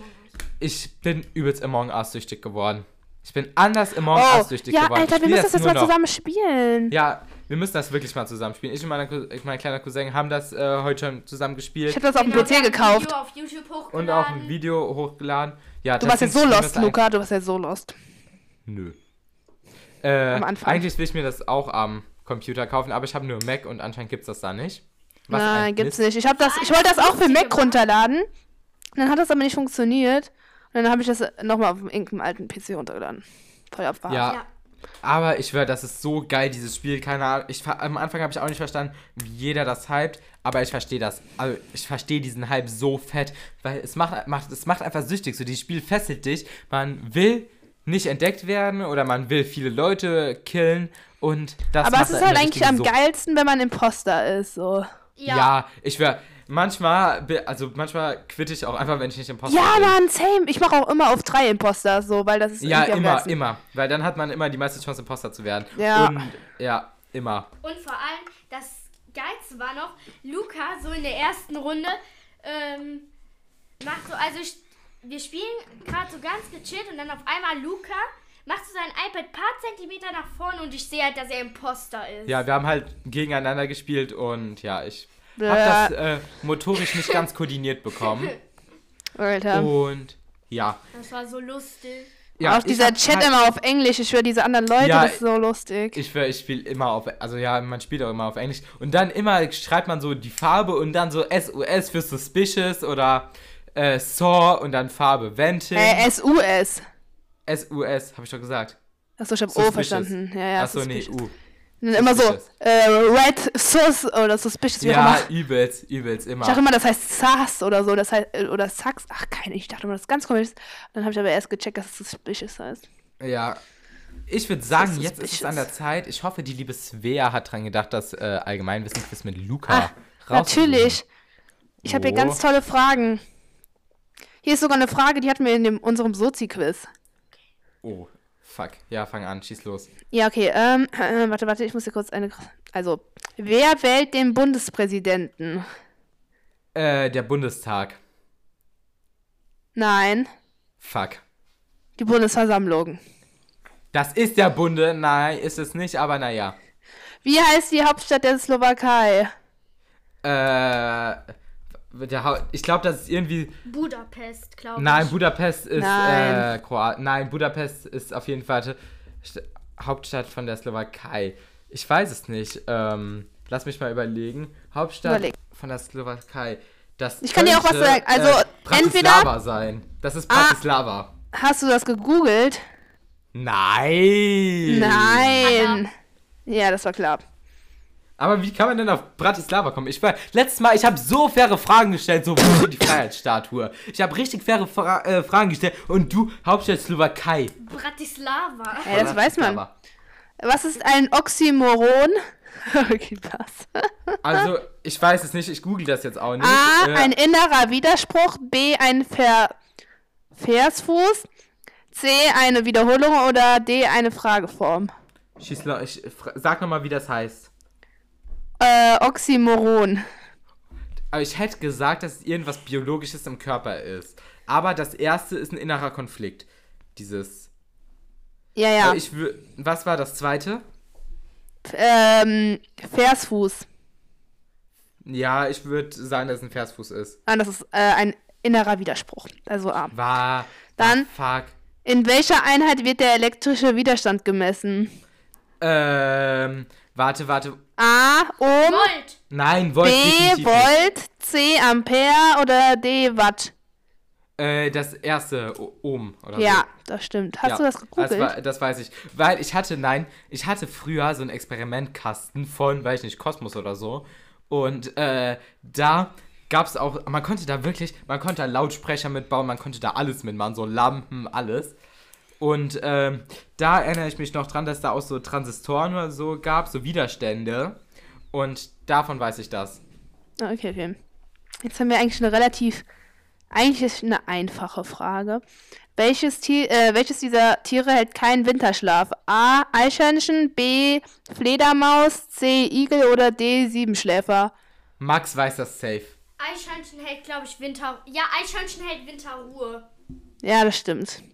B: ich bin übelst Among Us süchtig geworden. Ich bin anders Among
A: Oh,
B: Us süchtig
A: ja,
B: geworden.
A: Alter,
B: ich
A: wir
B: spiel
A: müssen das jetzt mal
B: nur noch.
A: zusammen spielen.
B: Ja, wir müssen das wirklich mal zusammenspielen. Ich und meine, Cous- ich- mein kleiner Cousin haben das äh, heute schon
A: Ich
B: zusammengespielt
A: hab das auf dem
C: Genau, wir
A: PC
C: haben ein
A: gekauft.
C: Video auf YouTube hochgeladen.
B: und auch ein Video hochgeladen. Ja,
A: Du warst jetzt so
B: deswegen
A: lost,
B: spielen wir das
A: Luca. Du warst jetzt so lost.
B: eigentlich- Nö. Äh,
A: Am Anfang.
B: Eigentlich will ich mir das auch am Computer kaufen, aber ich habe nur Mac und anscheinend gibt's das da nicht. Was
A: Nein,
B: ein
A: gibt's
B: Mist.
A: nicht. Ich, hab das, ich wollte das auch für Mac runterladen. Dann hat das aber nicht funktioniert. Und dann habe ich das äh, nochmal auf irgendeinem alten PC runtergeladen. Voll abwarten.
B: Ja,
C: Ja.
B: Aber ich schwöre, das ist so geil, dieses Spiel. Keine Ahnung. Ich, ver- am Anfang habe ich auch nicht verstanden, wie jeder das hypt. Aber ich verstehe das. Also ich verstehe diesen Hype so fett. Weil es macht, macht, es macht einfach süchtig. So, dieses Spiel fesselt dich. Man will nicht entdeckt werden oder man will viele Leute killen. Und das
A: aber
B: macht
A: es ist
B: eine
A: halt eigentlich
B: richtige
A: am
B: Sucht.
A: geilsten, wenn man Imposter ist. So.
B: Ja, ich schwöre. Manchmal, be- also manchmal quitte ich auch einfach, wenn ich nicht im Post
A: Ja,
B: bin.
A: Mann, same. Ich mache auch immer auf drei Imposter, so, weil das ist
B: Ja,
A: irgendwie am
B: immer,
A: geilsten.
B: immer. Weil dann hat man immer die meiste Chance, Imposter zu werden.
A: Ja.
B: Und, ja, immer.
C: Und vor allem, das Geilste war noch, Luca so in der ersten Runde ähm, macht so, also ich, wir spielen gerade so ganz gechillt und dann auf einmal Luca macht so sein iPad paar Zentimeter nach vorne und ich sehe halt, dass er Imposter ist.
B: Ja, wir haben halt gegeneinander gespielt und ja, ich Hab das äh, motorisch nicht ganz koordiniert bekommen.
A: Alter.
B: Und ja.
C: Das war so lustig.
B: oh, ja
A: auch
B: ich
A: dieser
B: hab
A: Chat
B: halt-
A: immer auf Englisch, ich höre diese anderen Leute,
B: Ja,
A: das ist so lustig.
B: Ich, schwör, ich spiele immer auf, also ja, man spielt auch immer auf Englisch. Und dann immer schreibt man so die Farbe und dann so SUS für Suspicious oder äh, Saw und dann Farbe Venting.
A: äh, SUS.
B: SUS, habe ich doch gesagt.
A: Achso, ich hab O
B: Suspicious.
A: verstanden. Ja, ja,
B: Achso, nee,
A: suspicious.
B: U.
A: Und Immer so,
B: Suspicious.
A: äh, Red Sus oder Suspicious, wie auch
B: Ja,
A: immer.
B: übelst, übelst, immer.
A: Ich dachte immer, das heißt Sas oder so, das heißt, äh, oder Sax. Ach, keine, ich dachte immer, das ist ganz komisch. Dann habe ich aber erst gecheckt, dass es Suspicious heißt.
B: Ja. Ich würde sagen,
A: ist
B: jetzt ist es
A: suspicious.
B: an der Zeit. Ich hoffe, die liebe Svea hat dran gedacht, das äh, Allgemeinwissen-Quiz mit Luca
A: Ah, natürlich. Ich habe hier
B: Oh.
A: ganz tolle Fragen. Hier ist sogar eine Frage, die hatten wir in dem, unserem Sozi-Quiz.
B: Oh, fuck. Ja, fang an, schieß los.
A: Ja, okay. Ähm, äh, warte, warte, ich muss hier kurz eine. Also, wer wählt den Bundespräsidenten?
B: Äh, der Bundestag.
A: Nein,
B: Fuck.
A: die Bundesversammlung.
B: Das ist der Bunde. Nein, ist es nicht, aber naja.
A: Wie heißt die Hauptstadt der Slowakei?
B: Äh, der Hau- ich glaube, das ist irgendwie.
C: Budapest, glaube ich.
B: Nein, Budapest ist.
A: Nein.
B: Äh, Kroat Nein, Budapest ist auf jeden Fall St- Hauptstadt von der Slowakei. Ich weiß es nicht. Ähm, lass mich mal überlegen. Hauptstadt
A: Überleg.
B: von der Slowakei. Das
A: Ich kann dir auch was
B: könnte,
A: sagen. Also,
B: äh,
A: entweder- Ah.
B: Bratislava sein. Das ist Bratislava.
A: Hast du das gegoogelt?
B: Nein.
A: Nein. Ja, das war klar.
B: Aber wie kann man denn auf Bratislava kommen? Ich war letztes Mal, ich habe so faire Fragen gestellt, so wo ist die Freiheitsstatue? Ich habe richtig faire Fra äh, Fragen gestellt und du Hauptstadt Slowakei.
C: Bratislava.
B: Äh,
A: Ja, das weiß man.
B: Bratislava.
A: Was ist ein Oxymoron? okay, pass.
B: Also, ich weiß es nicht, ich google das jetzt auch nicht.
A: A.
B: Äh,
A: Ein innerer Widerspruch. B. Ein Ver Versfuß. C. Eine Wiederholung. Oder D. Eine Frageform.
B: schieß lo- ich, fra- sag nochmal, wie das heißt.
A: Äh, Oxymoron.
B: Aber ich hätte gesagt, dass es irgendwas Biologisches im Körper ist. Aber das erste ist ein innerer Konflikt. Dieses.
A: Ja, ja.
B: Aber Ich, wü- was war das zweite?
A: ähm, Versfuß.
B: Ja, ich würde sagen, dass es ein Versfuß ist.
A: Ah, das ist äh, ein innerer Widerspruch. Also A.
B: War.
A: Dann-
B: Ah, fuck.
A: In welcher Einheit wird der elektrische Widerstand gemessen?
B: Ähm, warte, warte.
A: A. Ohm.
C: Volt.
B: Nein, Volt.
A: B.
B: definitiv nicht.
A: Volt. C. Ampere. Oder D. Watt.
B: Äh, das erste O- Ohm, oder so.
A: Ja, das stimmt. Hast
B: Also- Ja,
A: du das gegoogelt?
B: Das, war, das weiß ich. Weil ich hatte, nein, ich hatte früher so einen Experimentkasten von, weiß ich nicht, Kosmos oder so. Und äh, da gab es auch, man konnte da wirklich, man konnte da Lautsprecher mitbauen, man konnte da alles mitmachen, so Lampen, alles. Und ähm, da erinnere ich mich noch dran, dass da auch so Transistoren oder so gab, so Widerstände. Und davon weiß ich das.
A: Ah, Okay, okay. Jetzt haben wir eigentlich eine relativ, eigentlich ist eine einfache Frage. Welches, Tier, äh, welches dieser Tiere hält keinen Winterschlaf? A. Eichhörnchen, B. Fledermaus, C. Igel oder D. Siebenschläfer?
B: Max weiß das safe.
C: Eichhörnchen hält, glaube ich, Winter. Ja, Eichhörnchen hält Winterruhe.
A: Ja, das stimmt.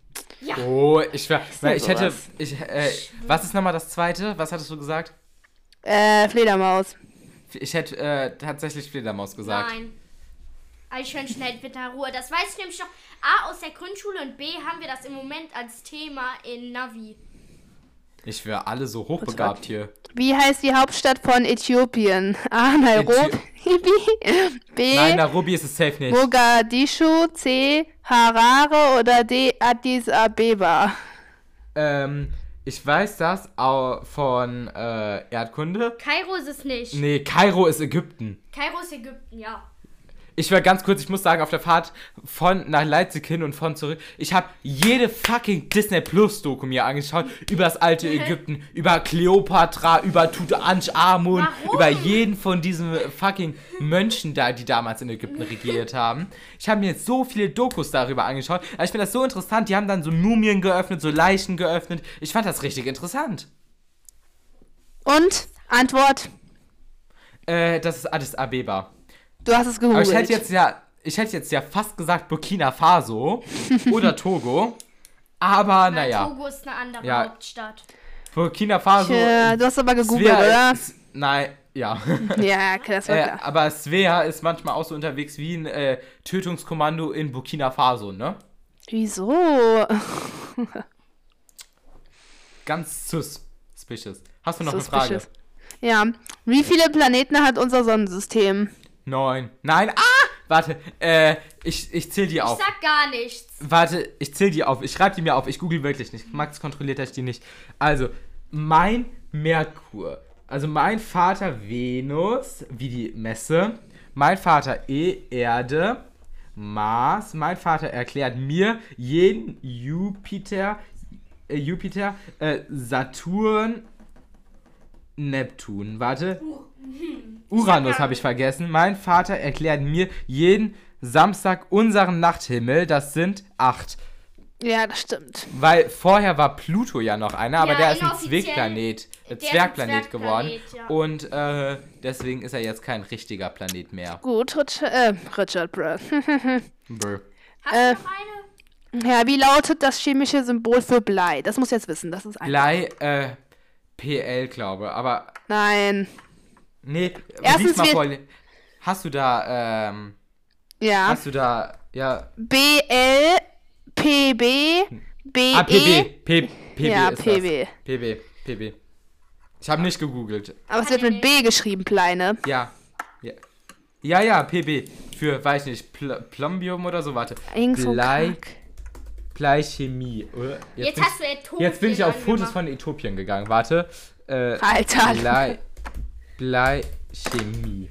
C: Ja.
B: Oh, ich, wär, weil ich
A: denn
B: hätte.
A: sowas?
B: Ich, äh, was ist nochmal das zweite? Was hattest du gesagt?
A: Äh, Fledermaus.
B: Ich hätte äh, tatsächlich Fledermaus gesagt.
C: Nein. Eichhörnchen hält Winterruhe. Das weiß ich nämlich noch. A aus der Grundschule und B haben wir das im Moment als Thema in Navi.
B: Ich wäre alle so hochbegabt hier.
A: Wie heißt die Hauptstadt von Äthiopien? A. Nairobi, B.
B: Nein, Nairobi ist es safe nicht.
A: Mogadischu, C. Harare oder D. Addis Abeba?
B: Ähm, ich weiß das au- von äh, Erdkunde.
C: Kairo ist es nicht.
B: Nee, Kairo ist Ägypten.
C: Kairo ist Ägypten, ja.
B: Ich war ganz kurz, ich muss sagen, auf der Fahrt von nach Leipzig hin und von zurück, ich habe jede fucking Disney Plus Doku mir angeschaut über das alte Ägypten, über Kleopatra, über Tutanchamun,
C: Warum?
B: über jeden von diesen fucking Mönchen da, die damals in Ägypten regiert haben. Ich habe mir jetzt so viele Dokus darüber angeschaut. Also ich finde das so interessant, die haben dann so Mumien geöffnet, so Leichen geöffnet. Ich fand das richtig interessant.
A: Und Antwort,
B: Äh, das ist Addis Abeba.
A: du hast es
B: Aber
A: gegoogelt.
B: ich hätte jetzt ja, ich hätte jetzt ja fast gesagt Burkina Faso oder Togo. Aber
C: Weil
B: naja,
C: Togo ist eine andere
B: Ja.
C: Hauptstadt.
B: Burkina Faso.
A: Tja, du hast aber gegoogelt,
B: Svea-
A: oder?
B: S- Nein, Ja.
A: Ja, okay, das war
B: Äh,
A: klar.
B: aber Svea ist manchmal auch so unterwegs wie ein äh, Tötungskommando in Burkina Faso, ne?
A: Wieso?
B: Ganz sus. Suspicious. Hast du noch eine
A: Suspicious.
B: Frage?
A: Ja. Wie viele Planeten hat unser Sonnensystem?
B: Neun. Nein. Ah! Warte. Äh, ich, ich zähl die
C: Ich
B: auf.
C: sag gar nichts.
B: Warte, ich zähl die auf. Ich schreibe die mir auf. Ich google wirklich nicht. Max kontrolliert dass ich die nicht. Also, mein Merkur. Also mein Vater Venus, wie die Messe. Mein Vater E, Erde. Mars. Mein Vater erklärt mir jeden Jupiter, äh, Jupiter, äh, Saturn, Neptun. Warte. Uranus habe ich vergessen. Mein Vater erklärt mir jeden Samstag unseren Nachthimmel. Das sind acht.
A: Ja, das stimmt.
B: Weil vorher war Pluto ja noch einer, aber
C: Ja,
B: der ist ein
C: inoffiziell.
B: Zwergplanet, äh,
C: Der ist ein
B: Zwergplanet
C: Zwergplanet,
B: geworden.
C: ja.
B: Und äh, deswegen ist er jetzt kein richtiger Planet mehr.
A: Gut, Rich äh, Richard, bruh.
B: Brr.
C: Hast
A: Äh,
C: du noch eine?
A: ja, wie lautet das chemische Symbol für Blei? Das muss ich jetzt wissen. Das ist ein.
B: Blei, äh, PL, glaube Aber,
A: Nein.
B: nee,
A: Erstens
B: lies mal
A: wird-
B: vor. Hast du da, ähm,
A: Ja.
B: hast du da, ja,
A: B, E? L, P, B, B,
B: ah,
A: E.
B: PB, P, PB
A: Ja,
B: ist
A: PB.
B: Das. PB, PB. Ich habe nicht gegoogelt.
A: Aber es wird mit B geschrieben, ne? Pleine.
B: Ja, ja, ja, ja PB. Für, weiß nicht, Pl Plombium oder so, warte.
A: Irgend so
B: Blei-
A: kack.
B: Bleichemie. oder?
C: Jetzt,
B: bin ich-
C: hast du Äthiopien
B: Jetzt bin ich auf Fotos
C: angemacht.
B: von Äthiopien gegangen. Warte. Äh,
A: Alter.
B: Blei, Bleichemie.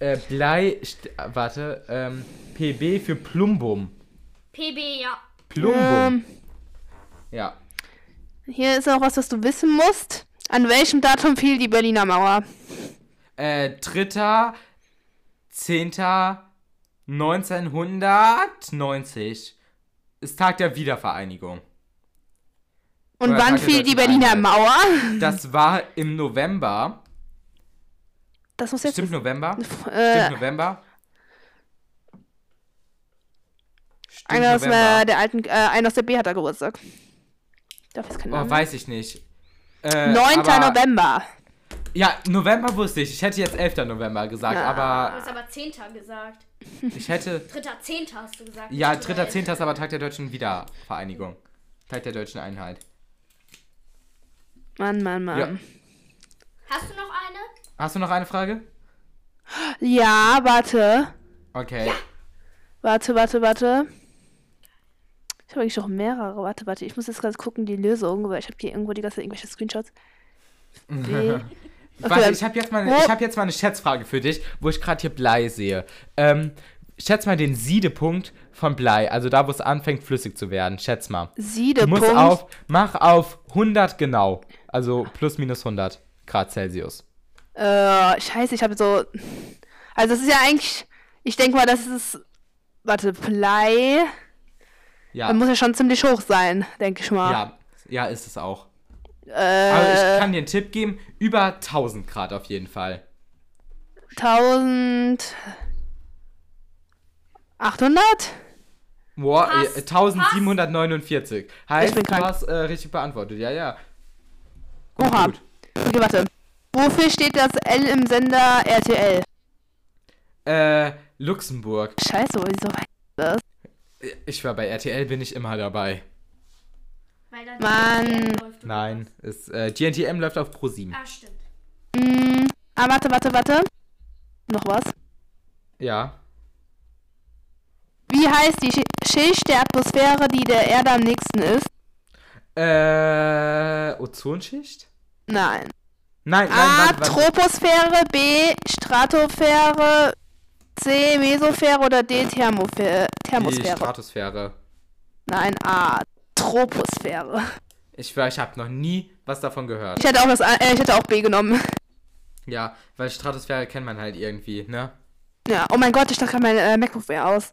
B: Äh, Blei. st- äh, Warte. Ähm, PB für Plumbum.
C: PB, ja.
B: Plumbum.
A: Ähm.
B: Ja.
A: Hier ist noch was, was du wissen musst. An welchem Datum fiel die Berliner Mauer?
B: Äh, dritter, zehnter, 1990 ist Tag der Wiedervereinigung.
A: Und
B: Oder
A: wann
B: Tag der
A: fiel die
B: Deutschen
A: Berliner
B: Einheit.
A: Mauer?
B: Das war im November.
A: Das muss jetzt.
B: Stimmt November?
A: äh,
B: Stimmt November? Stimmt
A: einer, aus, äh, der alten, äh, einer aus der B hat da Geburtstag. Darf ich jetzt keinen
B: Oh,
A: Namen? nennen?
B: weiß ich nicht. Äh,
A: 9.
B: aber-
A: November.
B: Ja, November wusste ich. Ich hätte jetzt 11. November gesagt,
A: Ja.
C: Du
B: aber
C: hast aber Zehnter gesagt.
B: ich hätte.
C: Dritter Zehnter hast du gesagt.
B: Ja,
C: nicht dritter
B: 3.10. ist aber Tag der deutschen Wiedervereinigung. Tag der deutschen Einheit.
A: Mann, Mann,
B: Ja.
A: Mann.
C: Hast du noch eine?
B: Hast du noch eine Frage?
A: Ja, warte.
B: Okay.
A: Warte, warte, warte. Ich habe eigentlich noch mehrere. Warte, warte. Ich muss jetzt gerade gucken, die Lösung, weil ich habe hier irgendwo die ganze Zeit irgendwelche Screenshots. B.
B: Warte,
A: dann-
B: ich habe jetzt, mal
A: Wo-
B: eine- ich hab jetzt mal eine Schätzfrage für dich, wo ich gerade hier Blei sehe. Ähm, schätz mal den Siedepunkt von Blei, also da, wo es anfängt, flüssig zu werden. Schätz mal. Du
A: Siedepunkt.
B: musst auf, mach auf 100 genau. Also plus minus 100 Grad Celsius.
A: Äh, scheiße, ich habe so. Also, es ist ja eigentlich. Ich denke mal, das ist. Warte, Blei.
B: Ja.
A: Da muss ja schon ziemlich hoch sein, denke ich mal.
B: Ah. Ja, ja, ist es auch. Aber ich
A: Äh,
B: kann dir einen Tipp geben, über 1000 Grad auf jeden Fall.
A: 1000. 800?
B: Boah,
C: Pass,
B: äh, 1749.
A: Ich
B: Heißt,
A: bin
B: du
A: krank.
B: hast äh, richtig beantwortet. Ja, ja.
A: Oha.
B: gut.
A: Okay, warte. Wofür steht das L im Sender RTL?
B: Äh, Luxemburg.
A: Scheiße, wieso weiß ich das?
B: Ich war bei RTL, bin ich immer dabei.
C: Weil dann
A: Mann.
C: die läuft oder
B: Nein, ist, äh, GNTM läuft auf Pro 7.
C: was? Ah, stimmt.
A: Hm, ah, warte, warte, warte. Noch was?
B: Ja.
A: Wie heißt die Sch- Schicht der Atmosphäre, die der Erde am nächsten ist?
B: Äh, Ozonschicht?
A: Nein.
B: Nein, nein,
A: A.
B: warte, warte.
A: Troposphäre, B. Stratosphäre, C. Mesosphäre oder D. Thermosphäre.
B: Die
A: Thermosphäre.
B: Stratosphäre.
A: Nein, A. Troposphäre.
B: Ich schwör, ich habe noch nie was davon gehört.
A: Ich hätte auch, das A, äh, ich hätte auch B genommen.
B: Ja, weil Stratosphäre kennt man halt irgendwie, ne?
A: Ja, oh mein Gott, ich dachte gerade mein äh, MacBook wäre aus.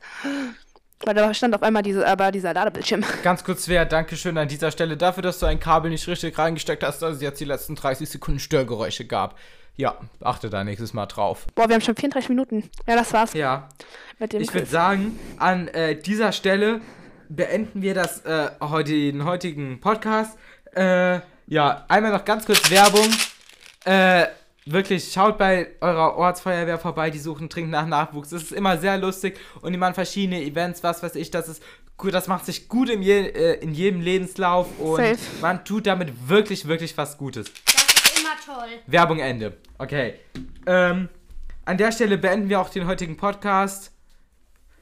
A: Weil da stand auf einmal diese, äh, aber dieser Ladebildschirm.
B: Ganz kurz, Svea, Dankeschön an dieser Stelle dafür, dass du ein Kabel nicht richtig reingesteckt hast, dass es jetzt die letzten 30 Sekunden Störgeräusche gab. Ja, achte da nächstes Mal drauf.
A: Boah, wir haben schon 34 Minuten. Ja, das war's
B: Ja,
A: mit dem
B: ich würde
A: Quiz.
B: sagen, an äh, dieser Stelle beenden wir das, äh, heute, den heutigen Podcast. Äh, ja, einmal noch ganz kurz Werbung. Äh, wirklich, schaut bei eurer Ortsfeuerwehr vorbei, die suchen dringend nach Nachwuchs. Es ist immer sehr lustig und die machen verschiedene Events, was weiß ich, das ist gut, das macht sich gut in, je, äh, in jedem Lebenslauf und
A: Safe.
B: man tut damit wirklich, wirklich was Gutes.
C: Das ist immer toll.
B: Werbung Ende. Okay. Ähm, an der Stelle beenden wir auch den heutigen Podcast.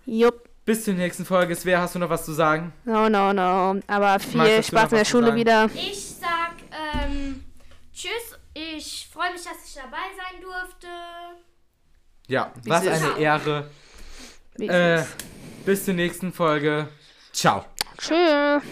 A: Jupp.
B: Bis zur nächsten Folge. Svea, hast du noch was zu sagen?
A: No, no, no. Aber viel
B: hast du noch
A: Spaß in der
B: was zu
A: Schule
B: sagen?
A: wieder.
C: Ich sag ähm, Tschüss. Ich freue mich, dass ich dabei sein durfte.
B: Ja, was
A: süß.
B: eine Ehre.
A: Wie
B: Äh,
A: süß.
B: bis zur nächsten Folge. Ciao.
A: Tschüss.